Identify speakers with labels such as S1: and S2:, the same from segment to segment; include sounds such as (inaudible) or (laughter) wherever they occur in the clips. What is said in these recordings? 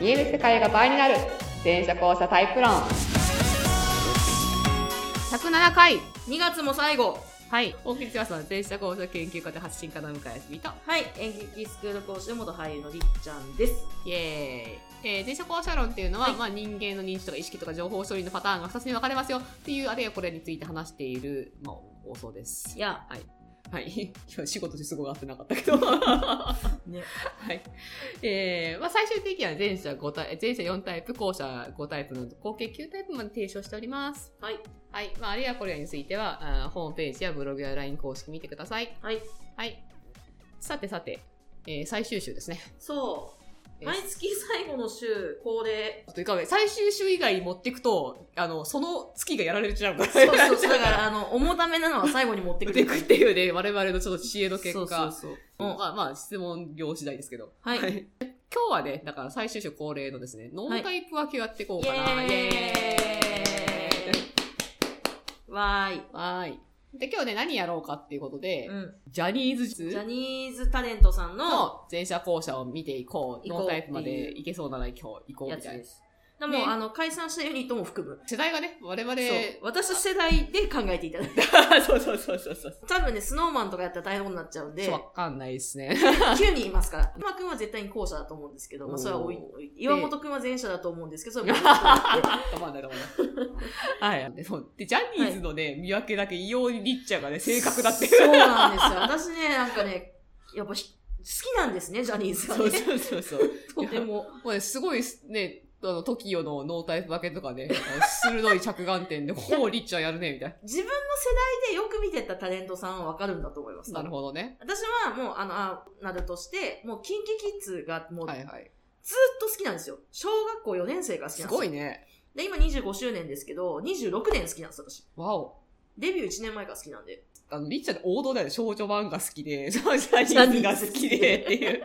S1: 見える世界が倍になる全車交差タイプ論107回
S2: 2月も最後
S1: はい大口はさん全車交差研究家で発信家の向井康美と
S2: はい演劇スクール講師で元俳優のりっちゃんです
S1: イエーイ、えー、前者後者論っていうのは、
S2: はい
S1: まあ、人間の認知とか意識とか情報処理のパターンが2つに分かれますよっていうあれやこれについて話している、まあ、放送です
S2: い。や
S1: はい。 (laughs) 今日仕事ですごい合ってなかったけど。 (laughs) はい
S2: ね。
S1: えー、まあ最終的には前者5タイ前者4タイプ、後者5タイプの合計9タイプまで提唱しております。
S2: はい
S1: はい。まああれやこれやについては、あーホームページやブログや LINE 公式見てください。
S2: はい
S1: はい。さてさて、えー、最終週ですね。
S2: そ
S1: えー
S2: う毎月最後の週恒例
S1: あというか、最終週以外持ってくと、あの、その月がやられちゃうから。
S2: そうそう
S1: (laughs)
S2: (laughs) そうだからあの重ためなのは最後に持って
S1: 持っ
S2: く
S1: て
S2: る
S1: くっていうね、我々のちょっと知恵の結果。
S2: そうそうそううん
S1: まあまあ、質問量次第ですけど。
S2: はい、
S1: はい今日はね、だから最終週恒例のですね、ノンタイプ分けをやっていこう
S2: イ
S1: かな。
S2: エ
S1: イエーイ
S2: ーイわーい
S1: はーい。で、今日ね、何やろうかっていうことで、
S2: うん、
S1: ジャニーズ
S2: ジャ
S1: 術
S2: ニーズタレントさんの
S1: の前者後者を見ていこう。
S2: 行こう
S1: ノンタイプまでいけそうなら今日行こう
S2: や
S1: み
S2: つ
S1: たい
S2: で
S1: な。
S2: す。でも、
S1: ね
S2: あの、解散したユニットも含む。
S1: 世代がね、我々、
S2: そう。私の世代で考えていただいて。
S1: (laughs) そうそうそうそうそう。
S2: 多分ね、スノーマンとかやったら大変なことになっちゃうんで
S1: そう、、わかんないです (laughs) ね。
S2: 9人いますから。熊くんは絶対に後者だと思うんですけど、まあ、それは多い
S1: お。
S2: 岩本くんは前者だと思う
S1: (laughs)
S2: んですけど、それは置いといて
S1: たまんないたまんない。はい。でそうで、ジャニーズのね、見分けだけ異様にリッチャーがね、正確だっていう。
S2: そうなんですよ。私ね、なんかね、やっぱひ好きなんですね、ジャニーズが
S1: そう
S2: ね。
S1: そうそうそう。
S2: とても。
S1: これすごいね、あの、トキオのノータイプ分けとかね、あの鋭い着眼点で、ほう、リッチャーやるね、みたい
S2: 自分の世代でよく見てたタレントさんはわかるんだと思います。
S1: な。なるほどね。
S2: 私はもう、あの、あなるとして、もう、キンキキッズがもう、
S1: はいはい。
S2: ずっと好きなんですよ。小学校4年生から好
S1: す
S2: きなんですよ。
S1: ごいね。
S2: で、今25周年ですけど、26年好きなんです、私。
S1: わお。
S2: デビュー1年前から好きな
S1: (laughs)
S2: んで。
S1: あの、リッチャーって王道だよね。少女漫画好きで、 (laughs) ジャニーズが好きで、っていう。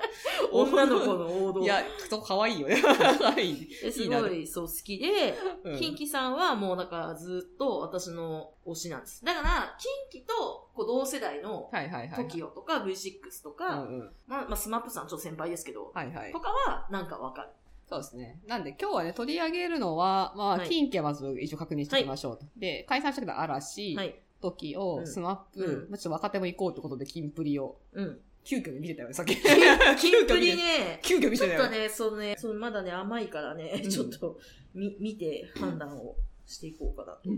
S2: 女の子の王道。
S1: いや、そう、可愛いよ
S2: (laughs)
S1: ね。可愛い。
S2: です
S1: な
S2: ごい、そう、好きで、
S1: うん
S2: キンキさんはもうだからずっと私の推しなんです。だから、キンキとこう同世代の
S1: はいはいはい。
S2: TOKIO とか V6 と
S1: う
S2: か、
S1: んうん。
S2: まあ、まあ、スマップさんちょっと先輩ですけど、
S1: はいはい
S2: と。かはなんかわかる。
S1: そうですね。なんで今日はね、取り上げるのは、まあ、
S2: はい
S1: 近畿はまず一応確認しておきましょうと。で、解散したけど嵐、
S2: はい。
S1: 時
S2: う
S1: を、
S2: ん
S1: スマッ
S2: う
S1: プ、
S2: ん
S1: まあちょっと若手も行こうってことで、キンプリを。
S2: うん。
S1: 急遽見てたよね、さっき。
S2: キンプリね、
S1: (laughs) 急遽見
S2: ちょ
S1: て
S2: ったと
S1: よね。
S2: ね、そうね、そうまだね、甘いからね、
S1: うん
S2: ちょっとみ見て判断をしていこうかなと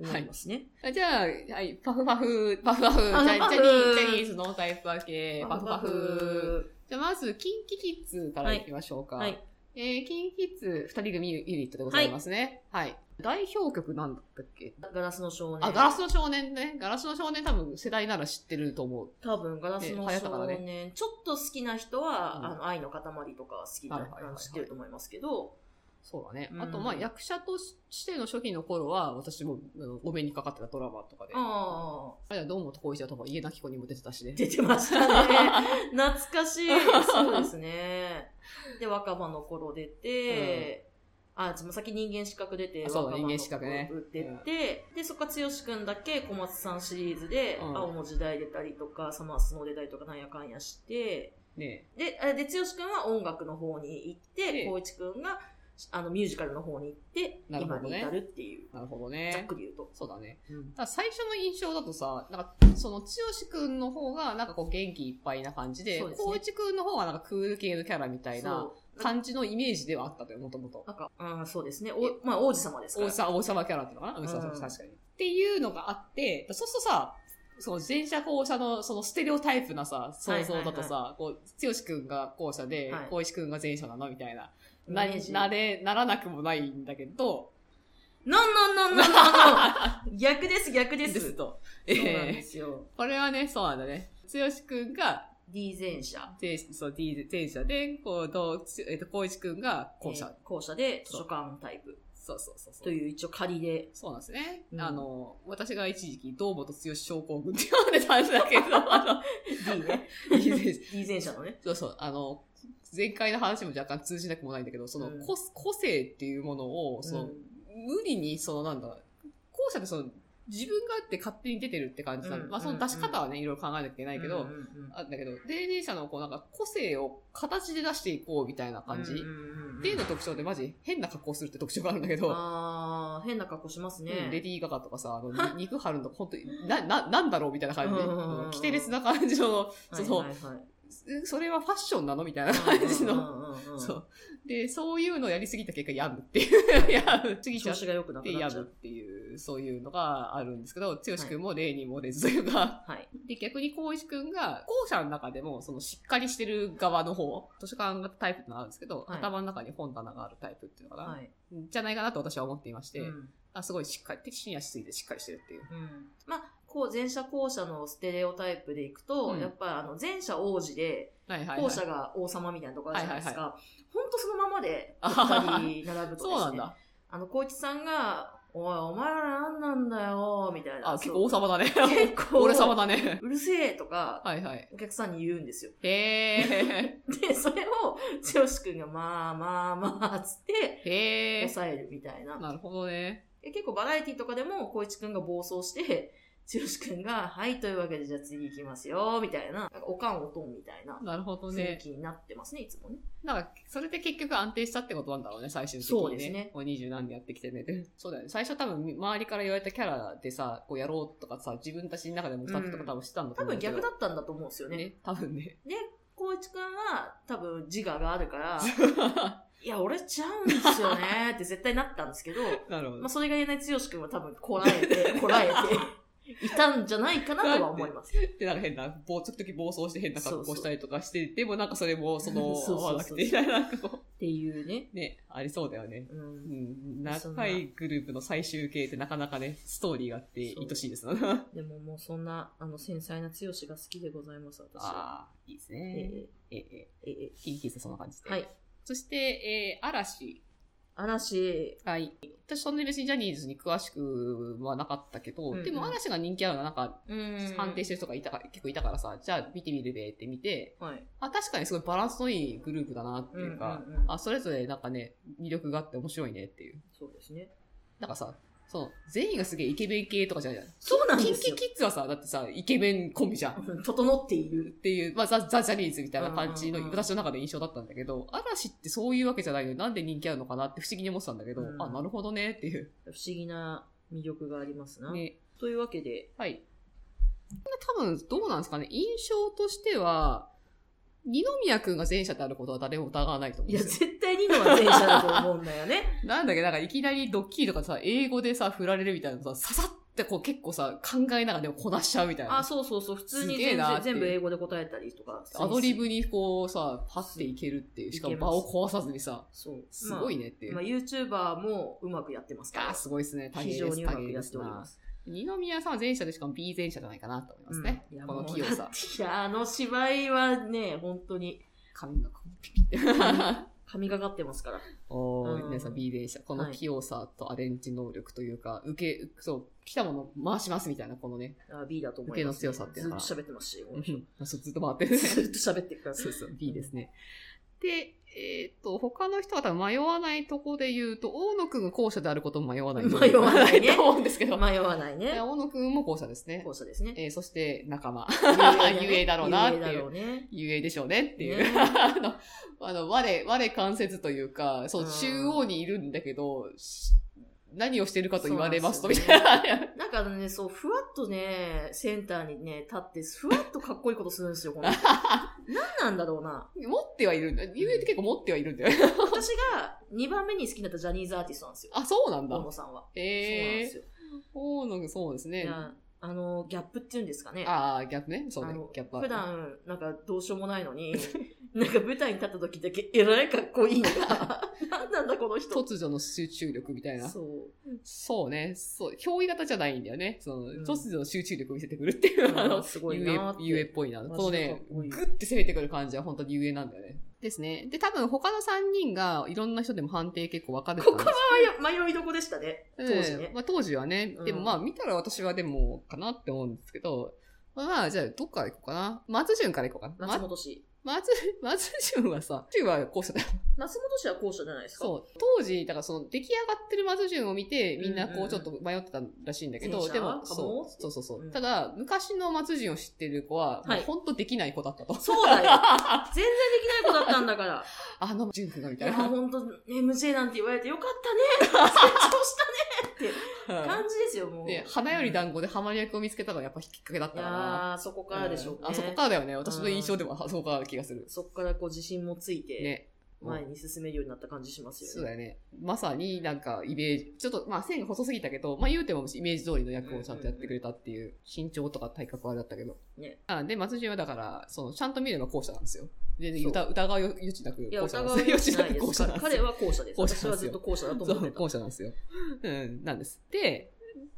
S2: 思いますね。
S1: あじゃあ、はい、パフパフ、パフパフ、じゃあ
S2: あ
S1: ジャニ
S2: パフ
S1: ージャニーズのタイプ分け、パ
S2: パ
S1: フ
S2: フ
S1: パ
S2: パ
S1: フ。
S2: フ。
S1: じゃあまず、キンキキッズからいきましょうか。
S2: はい。
S1: えー、キンキッズ二人組ユニットでございますね。はい。代表曲なんだったっけ
S2: ガラスの少年。
S1: あ、ガラスの少年ね。ガラスの少年多分世代なら知ってると思う。
S2: 多分、ガラス
S1: ね
S2: の
S1: 流行ったか
S2: 少
S1: らね
S2: 年、ちょっと好きな人は、
S1: うん
S2: あの、愛の塊とかは好きな、
S1: はいはいはいはい
S2: あの知ってると思いますけど、
S1: そうだね。
S2: うん
S1: あと、まあ、役者としての初期の頃は、私も、あのお目にかかってたドラマとかで。あ
S2: ああ、
S1: れはどうもとこいちゃとか、家なき子にも出てたしね。
S2: 出てましたね。 (laughs) 懐かしい。そうですね。で、若葉の頃出て、あ、つま先人間資格出て、
S1: あそうだ
S2: 若葉の
S1: 人間失格ね
S2: 頃出て、で、そっから剛くんだけ小松さんシリーズで、
S1: うん
S2: 青の時代出たりとか、サマースノー出たりとか、なんやかんやして、
S1: (laughs) ね
S2: で、あで、剛くんは音楽の方に行って、
S1: ええ
S2: 光一くんが、あの、ミュージカルの方に行って、
S1: なるほ
S2: 今
S1: どね
S2: に至るっていう、
S1: なるほど
S2: ざっ
S1: ね
S2: く。り言うと。
S1: そうだね。
S2: うん
S1: ただ最初の印象だとさ、なんか、その、剛くんの方が、なんかこう、元気いっぱいな感じで、
S2: そうですね
S1: 光一くんの方がなんかクール系のキャラみたいな
S2: そうなんか
S1: 感じのイメージではあったとよ、もともと。
S2: なんか、うん、そうですね。お、まあ、王子様ですか
S1: 王
S2: ら。
S1: 様、王様キャラっていうのかな、うん、そうそう
S2: うん
S1: 確かに。っていうのがあって、そうするとさ、その前者後者のそのステレオタイプなさ、想像だとさ、こう、剛くんが後者で、
S2: はい
S1: 光一くんが前者なのみたいな、
S2: イ
S1: な、
S2: メージ
S1: なれ、ならなくもないんだけど、
S2: ノンノンノンノンノンノン逆です、逆です。そう
S1: と。
S2: なん
S1: え
S2: で
S1: ー
S2: すよ。
S1: これはね、そうなんだね。剛くんが
S2: D 前者。
S1: 前そう、D 前者で、こう、どう、えっ、と、光一くんが後者。
S2: えー後者で図書館タイプ
S1: そうそうそうそう。
S2: という一応仮で。
S1: そうなんですね。
S2: うん
S1: あの、私が一時期、堂本剛症候群って呼んでたんだけ
S2: (laughs)
S1: ど、あ
S2: D ね。
S1: の、いいです
S2: D 前者のね。
S1: そうそう、あの、前回の話も若干通じなくもないんだけど、その、
S2: うん
S1: 個個性っていうものを、その、
S2: うん
S1: 無理に、その、なんだ、後者ってその、自分があって勝手に出てるって感じだ、
S2: うん
S1: まあその出し方はね、いろいろ考えなきゃいけないけど、
S2: うんうんうん
S1: あだけど、霊霊者のこうなんか個性を形で出していこうみたいな感じ。
S2: うんうんうんうん
S1: 霊の特徴ってマジ変な格好するって特徴があるんだけど、
S2: あー変な格好しますね。
S1: うんレディー・ガガとかさ、あ
S2: (laughs)
S1: の、に肉張るの、本当に、な、な、なんだろうみたいな感じで、
S2: うんうんうん
S1: 規定列な感じの、その、
S2: はいはいはい
S1: それはファッションなのみたいな感じの、
S2: うんうんうんうん
S1: そう。で、そういうのをやりすぎた結果、病むっていう、 (laughs) 病む、次ちゃ
S2: 調
S1: っ
S2: 子が良くなく
S1: て
S2: なっ
S1: 病
S2: ちゃ
S1: むっ
S2: う。
S1: ていう、そういうのがあるんですけど、剛くんも例にも出ずというか、
S2: はい。
S1: で、逆に光一くんが、後者の中でも、その、しっかりしてる側の方、図書館型タイプってのがあるんですけど、
S2: はい
S1: 頭の中に本棚があるタイプっていうのかな、
S2: はい。
S1: じゃないかなと私は思っていまして、
S2: うん
S1: あすごいしっかり、手信やしすぎてしっかりしてるっていう。
S2: うんまあ、こう前者後者のステレオタイプでいくと、
S1: うん
S2: やっぱあの前者王子で
S1: はいはい、はい。
S2: 後者が王様みたいなとこあるじゃないですか、ほんとそのままで
S1: あ
S2: お
S1: はは
S2: 二人並ぶと
S1: (laughs) そう
S2: です
S1: な
S2: ね
S1: んだ。
S2: あの光一さんが「おいお前ら何なんだよ」みたいな
S1: あ、結構王様だね。
S2: そう結
S1: (laughs)
S2: 構
S1: 俺様だね。
S2: うるせえとか、
S1: はいはい。
S2: お客さんに言うんですよ
S1: へえ。
S2: でそれを剛君が「まあまあまあ」つって
S1: へえ。
S2: 抑えるみたいな
S1: なるほどね。
S2: で結構バラエティとかでも光一くんが暴走して (laughs) 剛くんが「はいというわけでじゃあ次行きますよ」みたいななんかおかんおとんみたいな
S1: なるほど
S2: 雰囲
S1: ね。
S2: 気になってますねいつもね
S1: なんか、それで結局安定したってことなんだろうね、最終的に、ね。
S2: そうですね
S1: もう二十何年やってきてね。そうだよね。最初多分、周りから言われたキャラでさ、こうやろうとかさ、自分たちの中でもスタッフとか多分してたんだと
S2: 多
S1: 思う
S2: 分
S1: んけど。
S2: 逆だったんだと思うんですよね
S1: ね。多分
S2: (laughs)
S1: ね。 (laughs)
S2: 光一くんは多分自我があるから「いや俺ちゃうんですよね」って (laughs) 絶対なったんですけど、
S1: なるほ
S2: まあ、それが言えない剛くんは多分こら
S1: (laughs)
S2: えてこらえていたんじゃないかなとは思います
S1: で、なんか変な、暴、時々暴走して変な格
S2: そう
S1: 好
S2: そう
S1: したりとかして、でもなんかそれも、その、
S2: そうそうそう
S1: 合わなくて、みたいな、なんかこ
S2: っていうね、
S1: う、ね、ありそうだよね。
S2: う、
S1: うんん、
S2: そんな
S1: 仲いいグループの最終形ってなかなかね、ストーリーがあって、
S2: そう
S1: 愛しいですよね。
S2: でももうそんなあの繊細な剛が好きでございます私は。
S1: あー、いいです
S2: え
S1: ね。
S2: え
S1: ええ、
S2: ええ
S1: キンキンさんそんな感じで。
S2: はい。
S1: そして、えー、嵐。
S2: 嵐、
S1: はい。私そんなに別にジャニーズに詳しくはなかったけど、
S2: うんうん
S1: でも嵐が人気あるのはなんか、
S2: うん
S1: 判定してる人がいたか、結構いたからさ、じゃあ見てみるべって見て、
S2: はい。
S1: あ、確かにすごいバランスのいいグループだなっていうか、
S2: うんうんうん
S1: あ、それぞれなんかね、魅力があって面白いねっていう。
S2: そうですね。
S1: なんかさ、その、全員がすげえイケメン系とかじゃないじゃん。
S2: そうなん
S1: キ
S2: で
S1: ン
S2: す
S1: キ
S2: よ。
S1: キッズはさ、だってさ、イケメンコンビじゃん。
S2: 整っている。
S1: っていう、まあ、ザ・ザ・ジャニーズみたいな感じの
S2: うんうんうん
S1: 私の中で印象だったんだけど、嵐ってそういうわけじゃないのになんで人気あるのかなって不思議に思ってたんだけど、
S2: うん
S1: あ、なるほどねっていう。
S2: 不思議な魅力がありますな。
S1: ね。
S2: というわけで、
S1: はい。多分、どうなんですかね。印象としては、二宮くんが前者であることは誰も疑わないと思うん
S2: いや、
S1: ですよ。
S2: 絶対にのは前者だと思うんだ
S1: (laughs)
S2: よね。
S1: なんだっけ、なんかいきなりドッキリとかさ、英語でさ、振られるみたいなのさ、ささってこう結構さ、考えながらでもこなしちゃうみたいな。
S2: あ、そうそうそう。普通に
S1: すげえ
S2: 全
S1: なー
S2: 然
S1: っていう
S2: 全部英語で答えたりとか。
S1: アドリブにこうさ、パッていけるっていう、しかも場を壊さずにさ、
S2: そう。
S1: すごいねっていう。
S2: まあ、まあ、YouTuber もうまくやってます
S1: あ
S2: か
S1: ーすごいですね。
S2: ら。
S1: 大
S2: 非
S1: 変
S2: 常
S1: で
S2: に
S1: す。
S2: うま
S1: 大
S2: く
S1: 変
S2: や
S1: で
S2: って
S1: す
S2: おり
S1: な
S2: ます。
S1: 二宮さんは前者でしかも B 前者じゃないかなと思いますね。
S2: うんいや
S1: この
S2: もう
S1: 器用
S2: だ
S1: さ
S2: っ。ていや、あの芝居はね、本当に
S1: 髪
S2: (laughs)
S1: がこうピピって。
S2: 神がかってますから。
S1: おー、
S2: うん
S1: 皆さん B 前者。この器用さとアレンジ能力というか、受け、そう、来たもの回しますみたいな、このね。
S2: あ B だと思います、
S1: 受けの強さっていう
S2: ずっ
S1: の
S2: と
S1: は
S2: 喋ってますし、こ
S1: う
S2: の人
S1: んあ (laughs) そうずっと回ってる。
S2: (laughs) ずっと喋ってるから。
S1: そうそう、B ですね。で、えーっと、他の人は多分迷わないとこで言うと、大野くんが後者であることも迷わない。
S2: 迷わないね
S1: と思うんですけど。
S2: 迷わない
S1: い (laughs)
S2: ね
S1: や。大野くんも後者ですね
S2: 後。者ですね。
S1: えーそして仲間。
S2: ね
S1: ゆえだろうなっていう
S2: ゆえだろうね。
S1: ゆえでしょうねっていう。
S2: ね
S1: (laughs) あの、あの、我、我関節というか、そうう、
S2: ん
S1: 中央にいるんだけど、し何をしてるかと言われますと、
S2: そう
S1: み
S2: なん
S1: た
S2: ですよ
S1: いな。 (laughs)
S2: なんかあのね、そう、ふわっとね、センターにね、立って、ふわっとかっこいいことするんですよ、こ
S1: (laughs)
S2: の人。何なんだろうな。
S1: 持ってはいるんだ。ゆえって結構持ってはいるんだよ。
S2: 私が2番目に好きになったジャニーズアーティストなんですよ。
S1: あ、そうなん
S2: 大
S1: だ
S2: 野。さんは。そうなん
S1: え
S2: で
S1: え
S2: すよ。
S1: そうなんそうです
S2: い
S1: ね。
S2: やあの、ギャップっていうんですかね。
S1: ああ、ギャップね。そう
S2: あ
S1: ね
S2: の。
S1: ギャップあ
S2: 普
S1: る
S2: 段、なんかどうしようもないのに、 (laughs) なんか舞台に立った時だけ、えらいかっこいい
S1: (laughs)
S2: のが、なんなんだこの人。
S1: 突如の集中力みたいな。そう
S2: そう。
S1: ね。そう。憑依型じゃないんだよね。その、
S2: ん
S1: 突如の集中力を見せてくるっていう、あ (laughs) の、
S2: すごい
S1: ゆえ
S2: なーって。
S1: ゆえっぽいな。このね、
S2: マジでかっこいい
S1: グッて攻めてくる感じは本当にゆえなんだよね。ですね。で、多分他の3人がいろんな人でも判定結構分かれてたんです
S2: ここは迷いどこでしたね。当時
S1: ええ
S2: ね。
S1: まあ、当時はね
S2: うん。
S1: でもまあ見たら私はでもかなって思うんですけど、まあ、じゃあ、どっから行こうかな。松潤から行こうかな。
S2: 松
S1: ま
S2: 本市。
S1: 松、松潤はさ、潤は校舎だよ。
S2: 松本市は校舎じゃないですか。
S1: そう。当時、だからその、出来上がってる松潤を見て、みんな
S2: うんうん
S1: こ
S2: う
S1: うんちょっと迷ってたらしいんだけど、
S2: 戦車
S1: でも、
S2: かも
S1: そうそうそうそう、
S2: うん
S1: ただ、昔の松潤を知ってる子は、
S2: はい
S1: もうほんとできない子だったと。
S2: そ
S1: (laughs)
S2: うだよ。全然できない子だったんだから。
S1: あの、潤君がみ (laughs)
S2: い
S1: たい
S2: や、
S1: な。
S2: ほんと、MJ なんて言われてよか
S1: (laughs)
S2: ったね。成長したね。
S1: うん
S2: 感じですよ、もう。
S1: で、花より
S2: ん
S1: 団子でハマり役を見つけたのがやっぱきっかけだっ
S2: い
S1: た
S2: や
S1: かな。
S2: ー、そこからでしょうね。
S1: んあそこからだよね。私の印象でもあそこからな気がする。
S2: そこからこう自信もついて、
S1: ね。
S2: 前に進めるようになった感じしますよね。
S1: そうだよね。まさになんかイメージ、ちょっとまあ線が細すぎたけど、まあ言うてもイメージ通りの役をちゃんとやってくれたっていう、身長とか体格はあれだったけど。
S2: ね
S1: あで、松潤はだから、その、ちゃんと見れば後者なんですよ。全然
S2: そう
S1: 疑疑う余地なく
S2: いや、
S1: 後者
S2: 疑
S1: な
S2: わ
S1: ん
S2: れ
S1: ですよ。余地な
S2: はしない
S1: く
S2: で
S1: 後
S2: す
S1: 者なん。です
S2: 彼
S1: よ。
S2: は後者です。
S1: 後者なんです
S2: 私
S1: よ
S2: はずっと後者だと
S1: そ
S2: 思って
S1: う、
S2: た。
S1: 後者なんですよ。うん、なんです。で、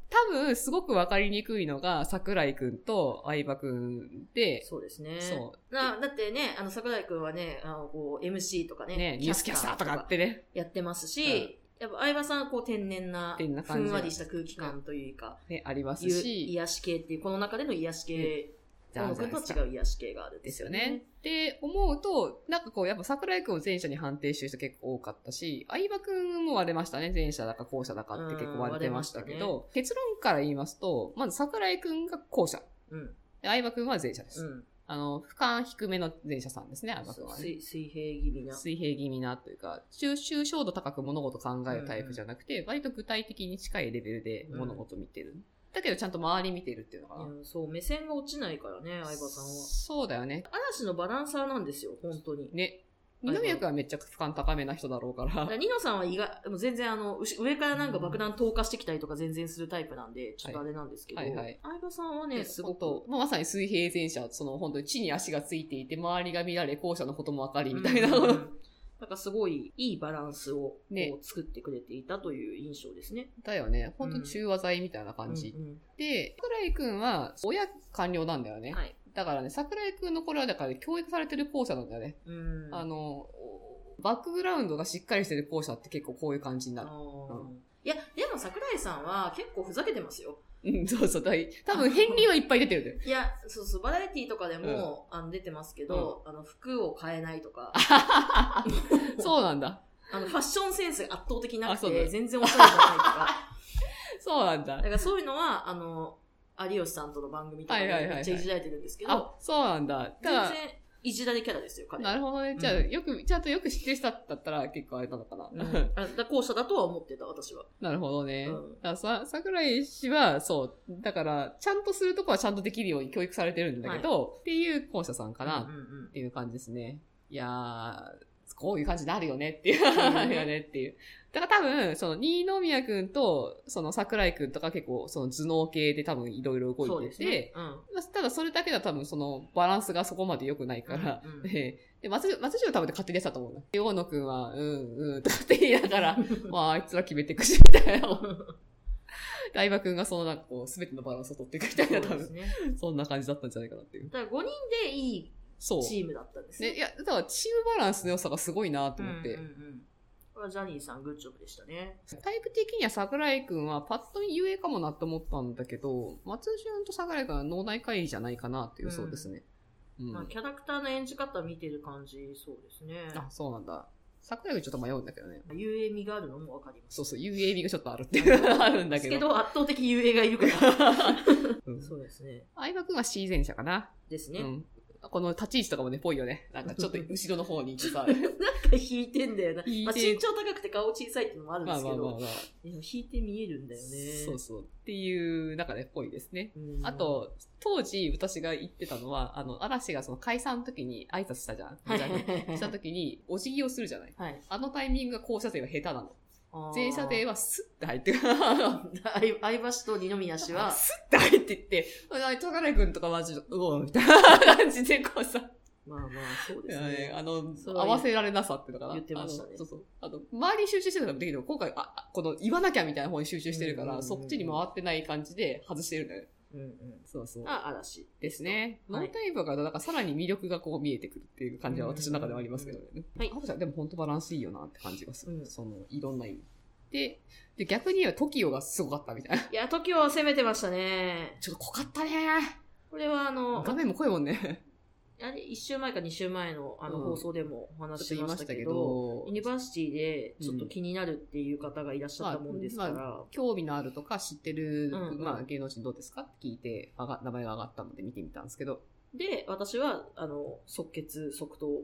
S1: 多分すごくわかりにくいのが、桜井くんと相葉くんで、
S2: そうですね。
S1: そ
S2: なだってね、あの、桜井くんはね、あの、こう、MC とかね、
S1: ね、ニュースキャスターとかあってね。
S2: やってますし、やっぱ、相葉さんはこう、天然な、
S1: 天然な
S2: ふ
S1: 感じ
S2: んわりした空気感というか、
S1: ね、あります
S2: ゆ
S1: し、
S2: 癒し系っていう、この中での癒し系、
S1: じ
S2: こ
S1: ゃ
S2: の
S1: あじゃ
S2: 君
S1: ないで
S2: とは
S1: すか
S2: 違う癒し系があるん
S1: で
S2: ですす
S1: よ
S2: よ
S1: ね
S2: ね。。
S1: って思うと、なんかこう、やっぱ桜井くんを前者に判定してる人結構多かったし、相葉くんも割れましたね。前者だか後者だかって結構割れてましたけ
S2: うん割れ
S1: ど、結論から言いますと、まず桜井くんが後者。
S2: うん。
S1: で相葉くんは前者です。
S2: うん。
S1: あの、俯瞰低めの前者さんですね、相葉くんはね。
S2: 水水平気味な。
S1: 水平気味なというか、抽象衝度高く物事考えるタイプじゃなくて、割と具体的に近いレベルで物事見てる。だけどちゃんと周り見てるっていうのかな。
S2: いやそう、目線が落ちないからね、相葉さんは。
S1: そうだよね。
S2: 嵐のバランサーなんですよ、本当に。
S1: ね。
S2: は
S1: 二
S2: い
S1: 宮君はめっちゃ俯瞰高めな人だろうから
S2: だか。らニノさんは意外、もう全然あの、うし上からなんか爆弾投下してきたりとか全然するタイプなんで、ちょっとあれなんですけど、
S1: はいはい
S2: 相葉さんはね、すご
S1: 本
S2: く、
S1: 当まあまさに水平前者、その本当に地に足がついていて、周りが見られ、後者のことも分かり、みたいな。
S2: うんなんかすごいいいバランスをこう
S1: ね
S2: 作ってくれていたという印象ですね。
S1: だよね。本当中和剤みたいな感じ。
S2: うんうん
S1: で、桜井くんは親官僚なんだよね。
S2: はい。
S1: だからね、桜井くんの頃はだから教育されてる後者なんだよね。
S2: うん。
S1: あの、おバックグラウンドがしっかりしてる後者って結構こういう感じになる。
S2: あー
S1: うん
S2: いや、でも桜井さんは結構ふざけてますよ。
S1: うん、そうそう。だい多分、片鱗はいっぱい出てるん
S2: (laughs)
S1: だよ。
S2: いや、そうそう、バラエティーとかでも、あの出てますけど、あの、服を変えないとか、
S1: そうなんだ。
S2: あの、ファッションセンスが圧倒的な
S1: あ
S2: く
S1: そうだ
S2: て、全然おしゃれじゃないとか、
S1: そうなんだ
S2: だか。らそういうのは、あの、有吉さんとの番組とか
S1: はいはい
S2: で
S1: はいはい
S2: めっちゃいじられてるんですけど、
S1: あ、そうなんだ。だから
S2: 全然いじられキャラですよ、彼。
S1: なるほどね。じゃあ、
S2: うん
S1: よく、ちゃんとよく知ってる人だったら結構あれなのかな。
S2: うん、あだから後者だとは思ってた、私は。
S1: (laughs) なるほどね。
S2: うん
S1: だからさ、桜井氏は、そう、だから、ちゃんとするとこはちゃんとできるように教育されてるんだけど、っていう校舎さんかな
S2: うんうんうん
S1: っていう感じですね。いやー、こういう感じになるよねっていう。
S2: ん
S1: なる (laughs) よねっていう。だから多分、その、新宮くんと、その桜井くんとか結構、その頭脳系で多分いろいろ
S2: そ
S1: 動
S2: う
S1: い
S2: で
S1: て
S2: す
S1: て、
S2: ね。うん。
S1: まあただそれだけでは多分そのバランスがそこまで良くないから、
S2: うんうん
S1: ええで、松松潤は多分勝手にやってたと思うな。で大野くんは、うん、うん、とかって言いなが
S2: (laughs)
S1: ら、まああいつら決めていくし、みたいな。大場くんがそのなんかこう、すべてのバランスを取っていくみたいな、
S2: そ
S1: 多
S2: うです
S1: 分、
S2: ね。
S1: そんな感じだったんじゃないかなっていう。
S2: だから5人でいい
S1: そう。
S2: チームだったんです
S1: ね、いや、だからチームバランスの良さがすごいなと思って。
S2: うんうんうんこれはジャニーさん、グッジョブでしたね。
S1: タイプ的には桜井くんはパッと見有益かもなと思ったんだけど、松潤と桜井くんは脳内会議じゃないかなっていうそうですね。うん
S2: まあ、キャラクターの演じ方見てる感じ、そうですね。
S1: あ、そうなんだ。桜井くんちょっと迷うんだけどね。
S2: 遊泳味があるのもわかります。
S1: そうそう、UAB がちょっとあるっていう、 (laughs) あるんだけ
S2: け
S1: ど。
S2: ど、圧倒的遊泳がいるから。
S1: (laughs) うん
S2: そうですね。
S1: 相葉くんは C 前者かな。
S2: ですね。
S1: う
S2: なん (laughs)
S1: ん。この立ち位置とかもね、ぽいよね。なんかちょっと後ろの方に行って
S2: (laughs)
S1: さ。
S2: か引いてんだよな。
S1: 引いて
S2: まあ、身長高くて顔小さいってのもあるん
S1: ま
S2: で
S1: あ
S2: すけ
S1: まあ
S2: ど、
S1: まあまあ。
S2: いや引いて見えるんだよね。
S1: そうそう。っていう、なんかね、ぽいですね。
S2: うん
S1: あ、と、当時私が言ってたのは、あの、嵐がその解散の時に挨拶したじゃん。
S2: はいはいは
S1: メジャー
S2: いは
S1: に
S2: い
S1: した時に、お辞儀をするじゃない。
S2: はい。
S1: あのタイミングが校舎生は下手なの。
S2: あー
S1: 前者生はスッて入ってくる。
S2: (laughs) 相相葉氏と二宮氏は、
S1: (laughs) スッて入ってって、あ、トカレ君とかマジで、うおーみたいな感じで、こうさ、
S2: まあまあ、そうです
S1: ね
S2: ね。
S1: あの、
S2: そ
S1: 合
S2: う
S1: わせられなさっていうのかな。
S2: 言ってました
S1: あ
S2: ね
S1: のそうそう。あの、周りに集中してたらできるけど、今回、あ、あこの、言わなきゃみたいな方に集中してるか
S2: うんうん
S1: ら、
S2: うん
S1: そっちに回ってない感じで外してるんだよね。
S2: うんうん。
S1: そうそう。
S2: あ、嵐。
S1: ですね。
S2: は
S1: ノ
S2: い
S1: ンタイプが、なんかさらに魅力がこう見えてくるっていう感じは私の中ではありますけどね。
S2: はい
S1: あとじゃんでも本当バランスいいよなって感じがする。
S2: うん
S1: その、いろんな意味。で、で逆に言えば TOKIO がすごかったみたいな。
S2: いや、時を攻めてましたね。
S1: ちょっと濃かったね
S2: これはあの、
S1: 画面も濃いもんね。
S2: あれ、一週前か二週前のあ
S1: う
S2: の
S1: ん
S2: 放送でもお話し
S1: ち
S2: し
S1: ょっと言い
S2: ま
S1: ま
S2: し
S1: したた
S2: け
S1: け
S2: ど、
S1: ど
S2: ユ、ニバーシティでちょっと
S1: うん
S2: 気になるっていう方がいらっしゃったもんですから、
S1: ま興味のあるとか知ってる、
S2: うんうん
S1: まあ芸能人どうですかって聞いて、あが名前が上がったので見てみたんですけ
S2: (laughs)
S1: ど、
S2: で、私は、あの、即決、即答。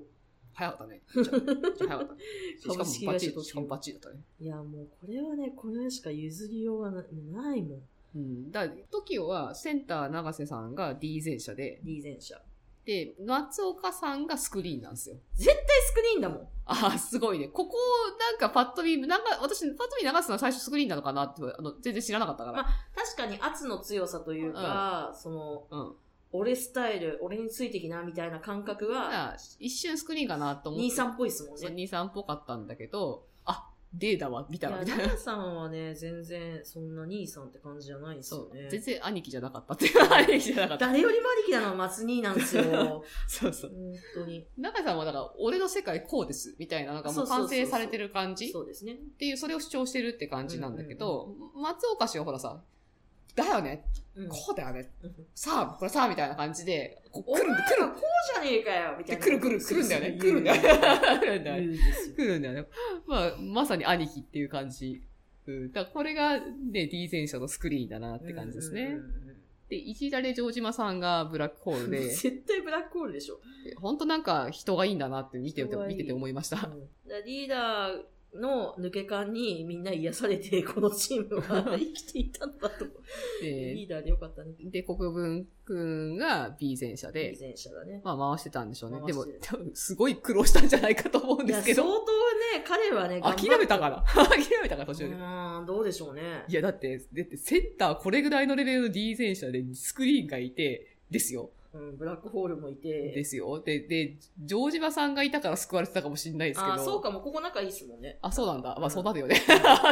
S1: 早かった (laughs) ね。めっちゃめっちゃ早かったね。しかも
S2: (laughs) 株
S1: バ
S2: 式
S1: ッ
S2: 会
S1: チ
S2: 社
S1: リ、しかもバッチリだったね。
S2: いや、もうこれはね、これしか譲りようがなないもん。
S1: うん。だから、TOKIO はセンター永瀬さんが D 前者で、
S2: リーゼン社。
S1: で、松岡さんがスクリーンなんですよ。
S2: 絶対スクリーンだもん。
S1: ああ、すごいね。ここ、なんかパッと見、なんか、私、パッと見流すのは最初スクリーンなのかなって、あの、全然知らなかったから。
S2: 確かに圧の強さというか、その、
S1: うん。
S2: 俺スタイル、俺についてきな、みたいな感覚
S1: だか
S2: が、
S1: ら一瞬スクリーンかなと思って。
S2: 兄さんっぽいですもん
S1: そう
S2: ね。
S1: 兄さんっぽかったんだけど、あ、デーだわ、見
S2: い
S1: た
S2: や、
S1: ら、みたいな。
S2: 奈良さんはね、全然、そんな兄さんって感じじゃないんです
S1: (laughs) そ
S2: よ
S1: う。
S2: ね。
S1: 全然兄貴じゃなかったっていう。兄貴じゃなか
S2: (laughs)
S1: った。
S2: 誰よりも兄貴なのは松兄なん
S1: (laughs)
S2: ですよ。
S1: そうそ
S2: 本
S1: う。
S2: 当に。
S1: 中さんはだから、俺の世界こうです、みたいな、なんかも
S2: そう
S1: う
S2: そうそう
S1: 完
S2: そう
S1: 成されてる感じっ
S2: そうですね。
S1: ていう、それを主張してるって感じなんだけど、松岡氏はほらさ、だよね、
S2: うん。
S1: こうだよね、
S2: うん
S1: さあ、これさあ、みたいな感じで、こう
S2: お
S1: 来るんだ、来るんだ
S2: じゃねえかよみたいな。
S1: くるくるくるんだよね。くるんだよね。くるんだよね。くるんだよね。まあ、まさに兄貴っていう感じ。うん、だからこれがね、D 前者のスクリーンだなって感じですね。で、いじられ城島さんがブラックホールで、
S2: (laughs) 絶対ブラックホールでしょ。
S1: 本当なんか人がいいんだなって見てて
S2: 人がいい
S1: 見てて思いま
S2: (laughs)
S1: した。
S2: だからリーダーの抜け感にみんな癒されて、このチームは生きていたんだと。
S1: で、
S2: リーダーでよかったね。
S1: で国分くんが B 前者で
S2: 偽、善者だね。
S1: まあ回してたんでしょうね。で
S2: 回
S1: も
S2: して、
S1: 多分すごい苦労したんじゃないかと思うん
S2: い
S1: で
S2: や、
S1: すけ
S2: 相当
S1: ど、
S2: ね、彼はね、
S1: 諦めたから。 (laughs) 諦めたから途中で。
S2: ら。うん、どうでしょうね。
S1: いや、だって、だってセンターこれぐらいのレベルの D 前者でスクリーンがいて、ですよ。
S2: うん、ブラックホールもいて。
S1: ですよ。で、で、城島さんがいたから救われてたかもしれないですけど。
S2: あ、そうかも、ここ仲いいっすも
S1: (laughs)
S2: んね。
S1: あ、そうなんだ。ま
S2: う
S1: あ、
S2: ん
S1: そうなるよ
S2: (laughs)
S1: ね。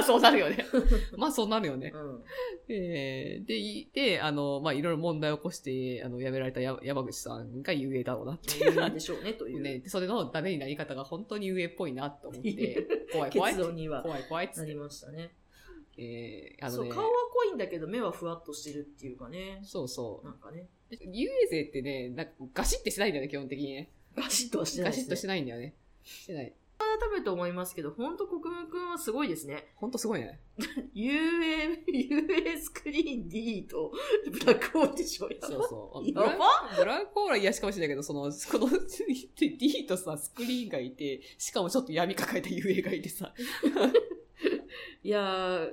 S1: そうなるよね。まあ、そうなるよね
S2: う。ん。
S1: えーで、いで、あの、まあ、いろいろ問題を起こして、あの、辞められたや山口さんが有名だろうなっていう。
S2: なんでしょうね、という。
S1: ね、それのダメになり方が本当に有名っぽいなと思って、怖い怖い
S2: 結。論には
S1: 怖い怖いっつ
S2: な
S1: って。
S2: りましたね。
S1: えーあの
S2: そう、
S1: ね、
S2: 顔は濃いんだけど、目はふわっとしてるっていうかね。
S1: そうそう。
S2: なんかね。
S1: 遊泳勢ってね、なんかガシッてしないんだよね、基本的にね。
S2: ガシッとはしてな
S1: ガ
S2: いで
S1: シ
S2: す、
S1: ッと
S2: ね。
S1: してないんだよね。してない。
S2: 改めて思いますけど、ほんと国分くんはすごいですね。
S1: ほんとすごいね。
S2: UA、UA スクリーン D とブラックホールでしょ。やば
S1: そうそう。
S2: や
S1: ブ
S2: ば
S1: ラブラックホールは癒しかもしれないけど、その、 (laughs) この、D とさ、スクリーンがいて、しかもちょっと闇抱えた遊泳がいてさ、
S2: いやー、い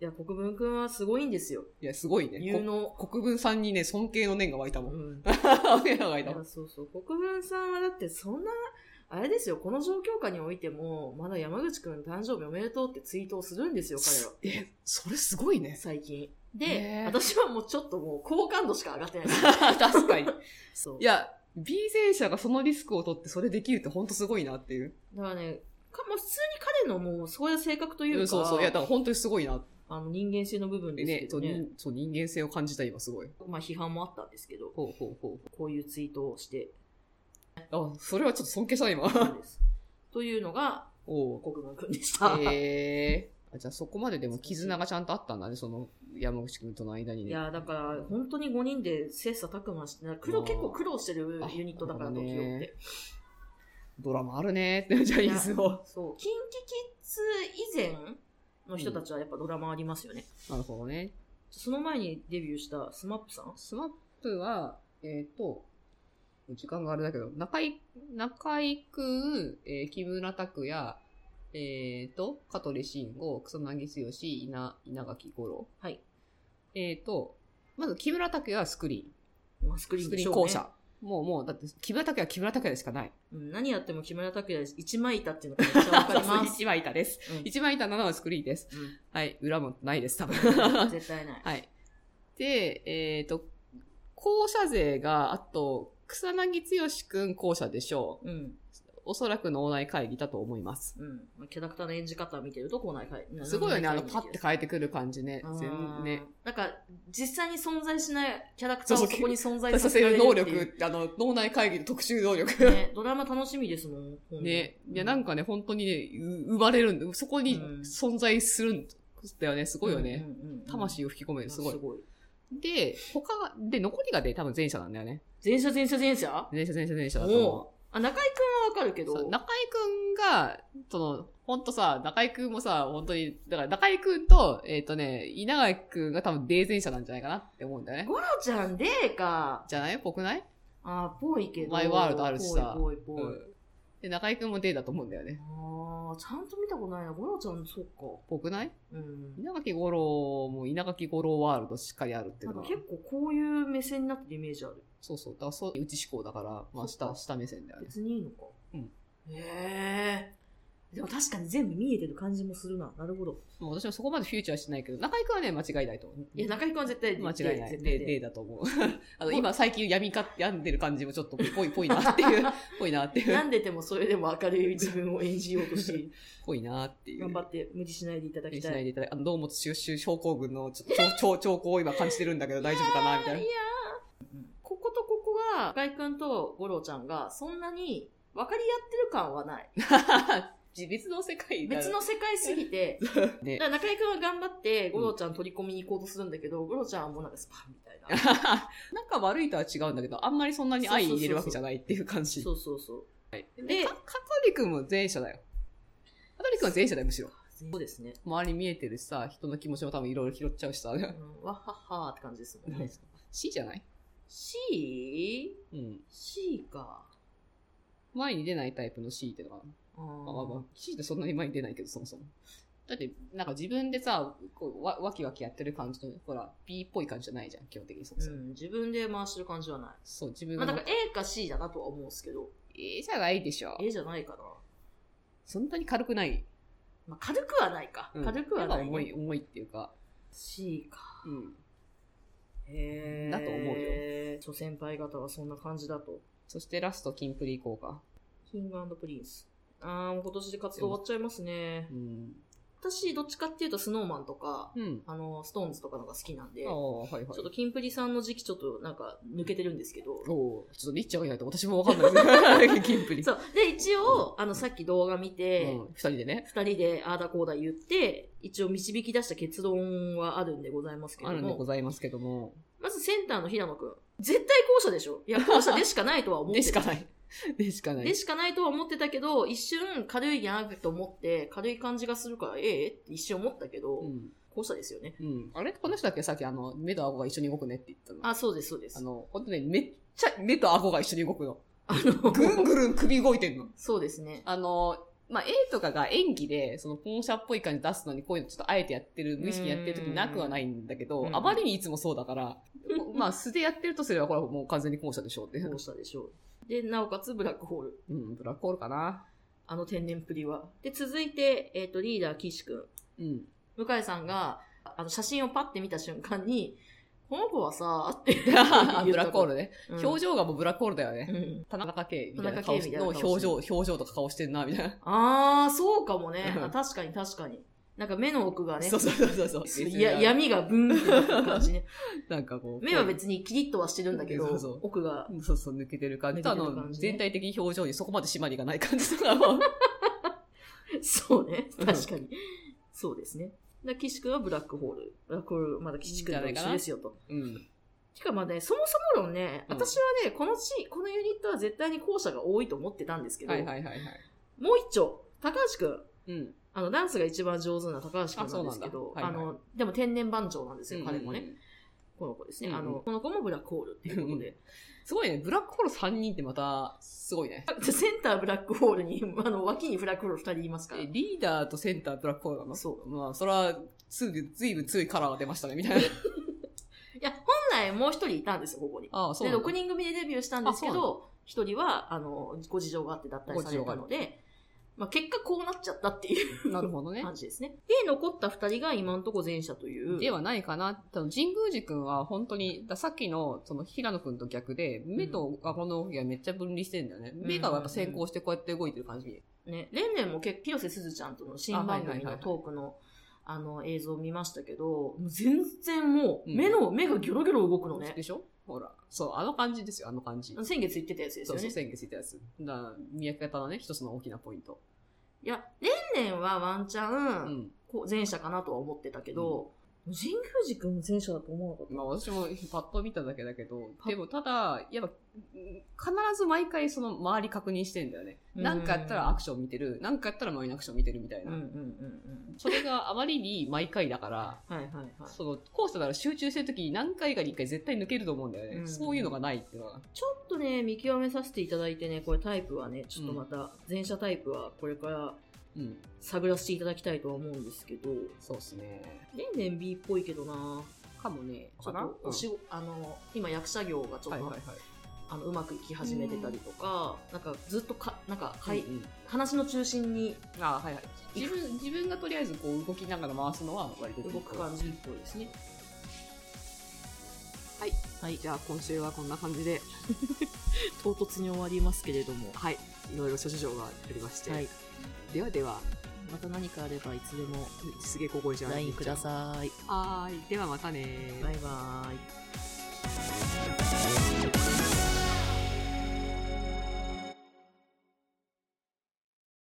S2: や、国分くんはすごいんですよ。
S1: いや、すごいね。
S2: 有能。
S1: こ国分さんにね、尊敬の念が湧いた
S2: う
S1: もん。
S2: (laughs) ん。
S1: 念が湧い
S2: い
S1: たも
S2: や
S1: ん。
S2: そうそう。国分さんはだってそんな、あれですよ、この状況下においても、まだ山口くん誕生日おめでとうってツイートをするんですよ、彼は。
S1: え、それすごいね。
S2: 最近。で、
S1: ねえ
S2: 私はもうちょっともう好感度しか上がってないです。 (laughs)
S1: 確かに。
S2: そう
S1: い。や、B 前者がそのリスクを取ってそれできるってほんとすごいなっていう。
S2: だからね、かもう普通に彼のもうそういう性格というか、
S1: うんそうそう。いや、だから本当にすごいなっ
S2: あの人間性の部分
S1: て
S2: です
S1: ね。そ
S2: けど
S1: う
S2: ね
S1: 人そう人間性を感じた今すごい。
S2: まあ批判もあったんですけど、
S1: ほうほうほ
S2: こういうツイート
S1: (laughs)
S2: をして
S1: うほう。あ、それはちょっと尊敬した今。
S2: たんです。というのが、
S1: おう
S2: (laughs) 国分くんでした。
S1: ええあじゃあそこまででも絆がちゃんとあったんだね、その山口君との間にね。
S2: いや、だから、本当に5人で切磋琢磨して、黒、
S1: あー
S2: 結構苦労してるユニットだから、
S1: あ
S2: 時をって。
S1: ドラマあるねって、 (laughs) ジャニーズも。
S2: そう、キンキキッズ以前の人たちはやっぱドラマありますよね。
S1: なるほどね。
S2: その前にデビューしたスマップさん
S1: スマップは、えっ、と、時間があれだけど、中井、中井くん、えー木村拓哉、えっ、と、香取慎吾、草薙剛、稲、稲垣吾郎。
S2: はい。
S1: えっ、と、まず木村拓哉はスクリ
S2: まあスク
S1: ーン。
S2: リ
S1: ス
S2: ーン
S1: ク
S2: で
S1: リ
S2: し
S1: ー
S2: ょ
S1: ン
S2: うね
S1: 校舎。もうもう、だって木村拓哉は木村拓哉でしか
S2: (laughs)
S1: ない。
S2: うん、何やっても木村拓哉一枚板っていうのがめっちゃわかりま
S1: (laughs)
S2: す。
S1: 一枚板です。
S2: うん
S1: 一枚板なのはスクリーンです。
S2: うん
S1: はい。裏もないです、
S2: (laughs)
S1: 多分。
S2: 絶対ない。
S1: はい。で、えっ、と、校舎勢が、あと、草薙剛くん校舎でしょう。
S2: うん。
S1: おそらく脳内会議だと思います。
S2: うん。まあキャラクターの演じ方を見てると、こうないかい。
S1: すごいよね、あの、パッて
S2: い
S1: 変えてくる感じね。全ね。。
S2: なんか、実際に存在しないキャラクター
S1: そ
S2: を
S1: うそう
S2: そこに存在
S1: さ
S2: さ
S1: せ
S2: せら
S1: る
S2: れ
S1: 能
S2: るっていう
S1: 力って、あの、脳内会議の特殊能力。
S2: ね、ドラマ楽しみですもん。ほんと
S1: ね。いや、なんかね、本当にね、う生まれるんだ。そこに
S2: うん
S1: 存在するんだよね。すごいよね。。
S2: うんうんうん
S1: 魂を吹き込める、すごい。
S2: ごい。
S1: で、他が、で、残りがで多分前者なんだよね。
S2: 前者前者前者
S1: 前者前者前者だと思う
S2: もう。あ、中井くんはわかるけど。
S1: そう中井くんが、その、ほんとさ、中井くんもさ、本当に、だから中井くんと、えっ、とね、稲垣くんが多分冷前者なんじゃないかなって思うんだよね。
S2: ゴロちゃんでーか。
S1: じゃないぽくない
S2: あー、ぽいけど。
S1: マイワールドあるしさ
S2: ぽいぽいぽい。
S1: うんで、中井くんも D だと思うんだよね。
S2: あー、ちゃんと見たことないな。ゴロちゃん、そっか。
S1: ぽくない
S2: うん。
S1: 稲垣五郎も稲垣五郎ワールドしっかりあるっていうん
S2: な
S1: の
S2: か
S1: は。
S2: 結構こういう目線になってるイメージある。
S1: そうそう。だからそう、うち思考だから、まあ
S2: そっ
S1: 下、
S2: か
S1: 下目線だよね。
S2: 別にいいのか。
S1: うん。
S2: へえ。でも確かに全部見えてる感じもするな。なるほど。
S1: もう私もそこまでフューチャーしてないけど、中井くんはね、間違いないと思う。
S2: いや、中井くんは絶対
S1: 間違いない。
S2: 絶
S1: で、
S2: 対
S1: でだと思う。 (laughs) あの、今最近闇か、病んでる感じもちょっとぽいぽいなっていう、 (laughs) ぽいな
S2: (laughs)
S1: っていう、
S2: 病んでてもそれでも明るい自分を演じようとし、
S1: ぽいなっていう。
S2: (laughs) 頑張って無理しないでいただき
S1: し
S2: た
S1: ない
S2: い。
S1: でいただいあの、どうも収集症候群のちょっと兆兆兆候を今感じてるんだけど大丈夫かなみたいな。
S2: こことここが、中井くんと五郎ちゃんがそんなに分かり合ってる感はない。
S1: (laughs) 別の世界だ
S2: 別の世界すぎて、
S1: ね
S2: だから中井くんは頑張って五郎ちゃん取り込みに行こうとするんだけど、五郎ちゃんはもうなんかスパンみたい
S1: (laughs)
S2: な。
S1: 仲悪いとは違うんだけど、あんまりそんなに愛入れるわけじゃないっていう感じ。
S2: そうそうそう。
S1: で、か、かとりくんも前者だよ。かとりくんは前者だよ、むしろ。
S2: そうですね。
S1: 周り見えてるしさ、人の気持ちも多分いろいろ拾っちゃうしさ。 (laughs)
S2: うんわははーって感じですもんね。
S1: C じゃない
S2: C?
S1: うん。
S2: C か。
S1: 前に出ないタイプの C ってのが、
S2: あ
S1: まあまあまあ
S2: ー、
S1: C ってそんなに前に出ないけど、そもそも。だって、なんか自分でさ、こうわ、わきわきやってる感じの、ほら、B っぽい感じじゃないじゃん、基本的にそも
S2: う
S1: そも。
S2: ん、自分で回してる感じはない。
S1: そう、自分
S2: まあ、
S1: が
S2: だ
S1: 持っ
S2: か
S1: て。
S2: ら A か C だなとは思うんですけど、
S1: A じゃないでしょ。
S2: A じゃないかな。
S1: そんなに軽くない。
S2: まあ、軽くはないか。
S1: うん
S2: 軽くはない、
S1: んか重い、重いっていうか。
S2: C か。
S1: うん。
S2: へー
S1: だと思うよ。
S2: 諸先輩方はそんな感じだと。
S1: そしてラスト、キンプリ行こうか。
S2: キングプリンス。あーもう今年で活動終わっちゃいますね
S1: う。ん。
S2: 私、どっちかっていうと、スノーマンとか、
S1: うん。
S2: あの、ストーンズとかのが好きなんで、ち
S1: あ
S2: ょ
S1: あ、はいはい。
S2: っとキンプリさんの時期ちょっとなんか抜けてるんですけど、
S1: おおちょっとリッチャーがいないと私もわかんない (laughs) ですキンプリ。
S2: そう。で、一応、あの、さっき動画見
S1: う
S2: て、
S1: ん。二人でね。
S2: 二人であーだこうだ言って、一応導き出した結論はあるんでございますけ
S1: あ
S2: れ
S1: る
S2: ど
S1: んでご
S2: も、
S1: ざいますけども。
S2: まずセンターの平野くん。絶対後者でしょいや、後者でしかないとは思って
S1: (laughs) で
S2: る
S1: しかない。でしかない
S2: で。しかないとは思ってたけど、一瞬軽いギャグと思って、軽い感じがするから、ええって一瞬思ったけど、
S1: うん。
S2: 後者ですよね。
S1: うん。あれこの人だっけさっきあの、目と顎が一緒に動くねって言ったの。あ
S2: あ、そうです、そうです。
S1: の、ほんとね、めっちゃ目と顎が一緒に動くの。
S2: あの
S1: ぐるんぐるん首動いてんの。
S2: (laughs) そうですね。
S1: あの、まあ、A とかが演技で、その、ポンシャっぽい感じ出すのに、こういうのちょっとあえてやってる、無意識にやってる時なくはないんだけ
S2: うん
S1: ど
S2: う、ん
S1: あまりにいつもそうだから、まあ、素でやってるとすれば、これはもう完全に後者でしょうって。
S2: 後者でしょう。で、なおかつブラックホール。
S1: うん、ブラックホールかな。
S2: あの天然っぷりは。で、続いて、えっ、と、リーダー、岸くん。 (laughs)
S1: うん。
S2: 向井さんが、あの、写真をパッて見た瞬間に、この子はさ、って。
S1: (laughs) ブラックホールね。
S2: うん
S1: 表情がもうブラックホールだよね。
S2: うん
S1: 田中圭みたいな顔しの
S2: 田中圭みたいな顔し
S1: 表
S2: てる
S1: 情、表情とか顔してんな、みたいな。
S2: あー、そうかもね。
S1: うん
S2: あ確かに確かに。なんか目の奥がね
S1: そ、うそうそうそう。
S2: そういや闇がブンってなってる感
S1: (laughs)
S2: じね。
S1: なんかこう。
S2: 目は別にキリッとはしてるんだけど、
S1: そうそう
S2: 奥が。
S1: そうそう、抜けてる感じと、あ
S2: 抜けてる
S1: の、
S2: 感じね
S1: 全体的に表情にそこまで締まりがない感じとか
S2: (laughs)
S1: も。
S2: そうね。
S1: うん
S2: 確かに。そうですね。だ岸君はブラックホール。ブラックホール、まだ岸君と一緒ですよと。
S1: うん。
S2: しかもね、そもそも論ね、
S1: うん
S2: 私はね、このチ、このユニットは絶対に後者が多いと思ってたんですけど、
S1: はいはいはいはい。
S2: もう一丁、高橋君。
S1: うん。
S2: あの、ダンスが一番上手な高橋
S1: あ
S2: 君
S1: そうんな
S2: なで
S1: ん
S2: す
S1: だ
S2: けど、
S1: はいはい
S2: あの、でも天然番長なんですよ、彼も
S1: う
S2: ね。
S1: ん。
S2: この子ですね。
S1: うんうん
S2: あの、この子もブラックホールっていうことで。
S1: すごいね。ブラックホール3人ってまた、すごいね。
S2: (laughs) センターブラックホールに、 (laughs) あの、脇にブラックホール二人いますから
S1: え。リーダーとセンターブラックホールなの。
S2: そう
S1: まあ、それは、すぐ、ずいぶん強いカラーが出ましたね、みた
S2: (laughs)
S1: いな。
S2: いや、本来もう一人いたんですよ、ここに。
S1: ああ、そう
S2: で、
S1: なんだ
S2: 6人組でデビューしたんですけ
S1: あそうな
S2: ど、一人は、あの、ご事情があって脱退されたので、まあ、結果こうなっちゃったっていう
S1: なるほどね。
S2: 感じですね。で、残った二人が今のとこ前者という。
S1: ではないかな。多分神宮寺くんは本当に、ださっきの、その平野くんと逆で、目と顎の動きがめっちゃ分離してんだよね。
S2: ん
S1: 目がやっぱ先行してこうやって動いてる感じ。
S2: ね、レンレンも結構、広瀬すずちゃんとの新番
S1: あ
S2: 組
S1: はいはいはいは
S2: の
S1: い
S2: トークの、あの、映像を見ましたけど、もう全然もう、
S1: うん
S2: 目の、目がギョロギョロ動くのね
S1: で。しょほら。そう、あの感じですよ、あの感じ。
S2: 先月言ってたやつです
S1: そ
S2: よ
S1: うそう、
S2: ね。
S1: 先月言ったやつ。だから見分け方のね、一つの大きなポイント。
S2: いや、レンレンはワンチャ
S1: う
S2: ン、
S1: ん。
S2: こう前者かなとは思ってたけど、神宮寺くんも前者だと思うこと。
S1: まあ私もパッと見ただけだけど、でもただ、やっぱ、必ず毎回その周り確認してんだよね。
S2: うん
S1: なんかやったらアクション見てる、なんかやったら周りのアクション見てるみたいな。
S2: うん
S1: それがあまりに毎回だから、
S2: うん。はいはいはい。
S1: その、コースだから集中してるときに何回かに一回絶対抜けると思うんだよね。
S2: うん
S1: そういうのがないっていうのは。
S2: ちょっとね、見極めさせていただいてね、これタイプはね、ちょっとまた、前者タイプはこれから
S1: うん。
S2: 探らせていただきたいとは思うんですけど、
S1: そうっすね。
S2: 年々 B っぽいけどな
S1: かもね。
S2: ちょ
S1: か
S2: っ
S1: な
S2: とお仕事、あの、今役者業がちょっと、
S1: はいはいはい。
S2: あの、うまくいき始めてたりとか、なんかずっとか、なんか、はい、
S1: うんうん
S2: 話の中心に
S1: あはいはい。自分、自分がとりあえずこう動きながら回すのは割と
S2: 動く感じっぽいですね。
S1: はい。
S2: はい。
S1: じゃあ今週はこんな感じで、
S2: 唐突に終わりますけれども、
S1: はい。いろいろ諸事情がありまして。
S2: はい。
S1: ではでは、
S2: また何かあればいつでも
S1: すげえここじゃん
S2: LINE ください。
S1: はーい。ではまたねー
S2: バイバイ。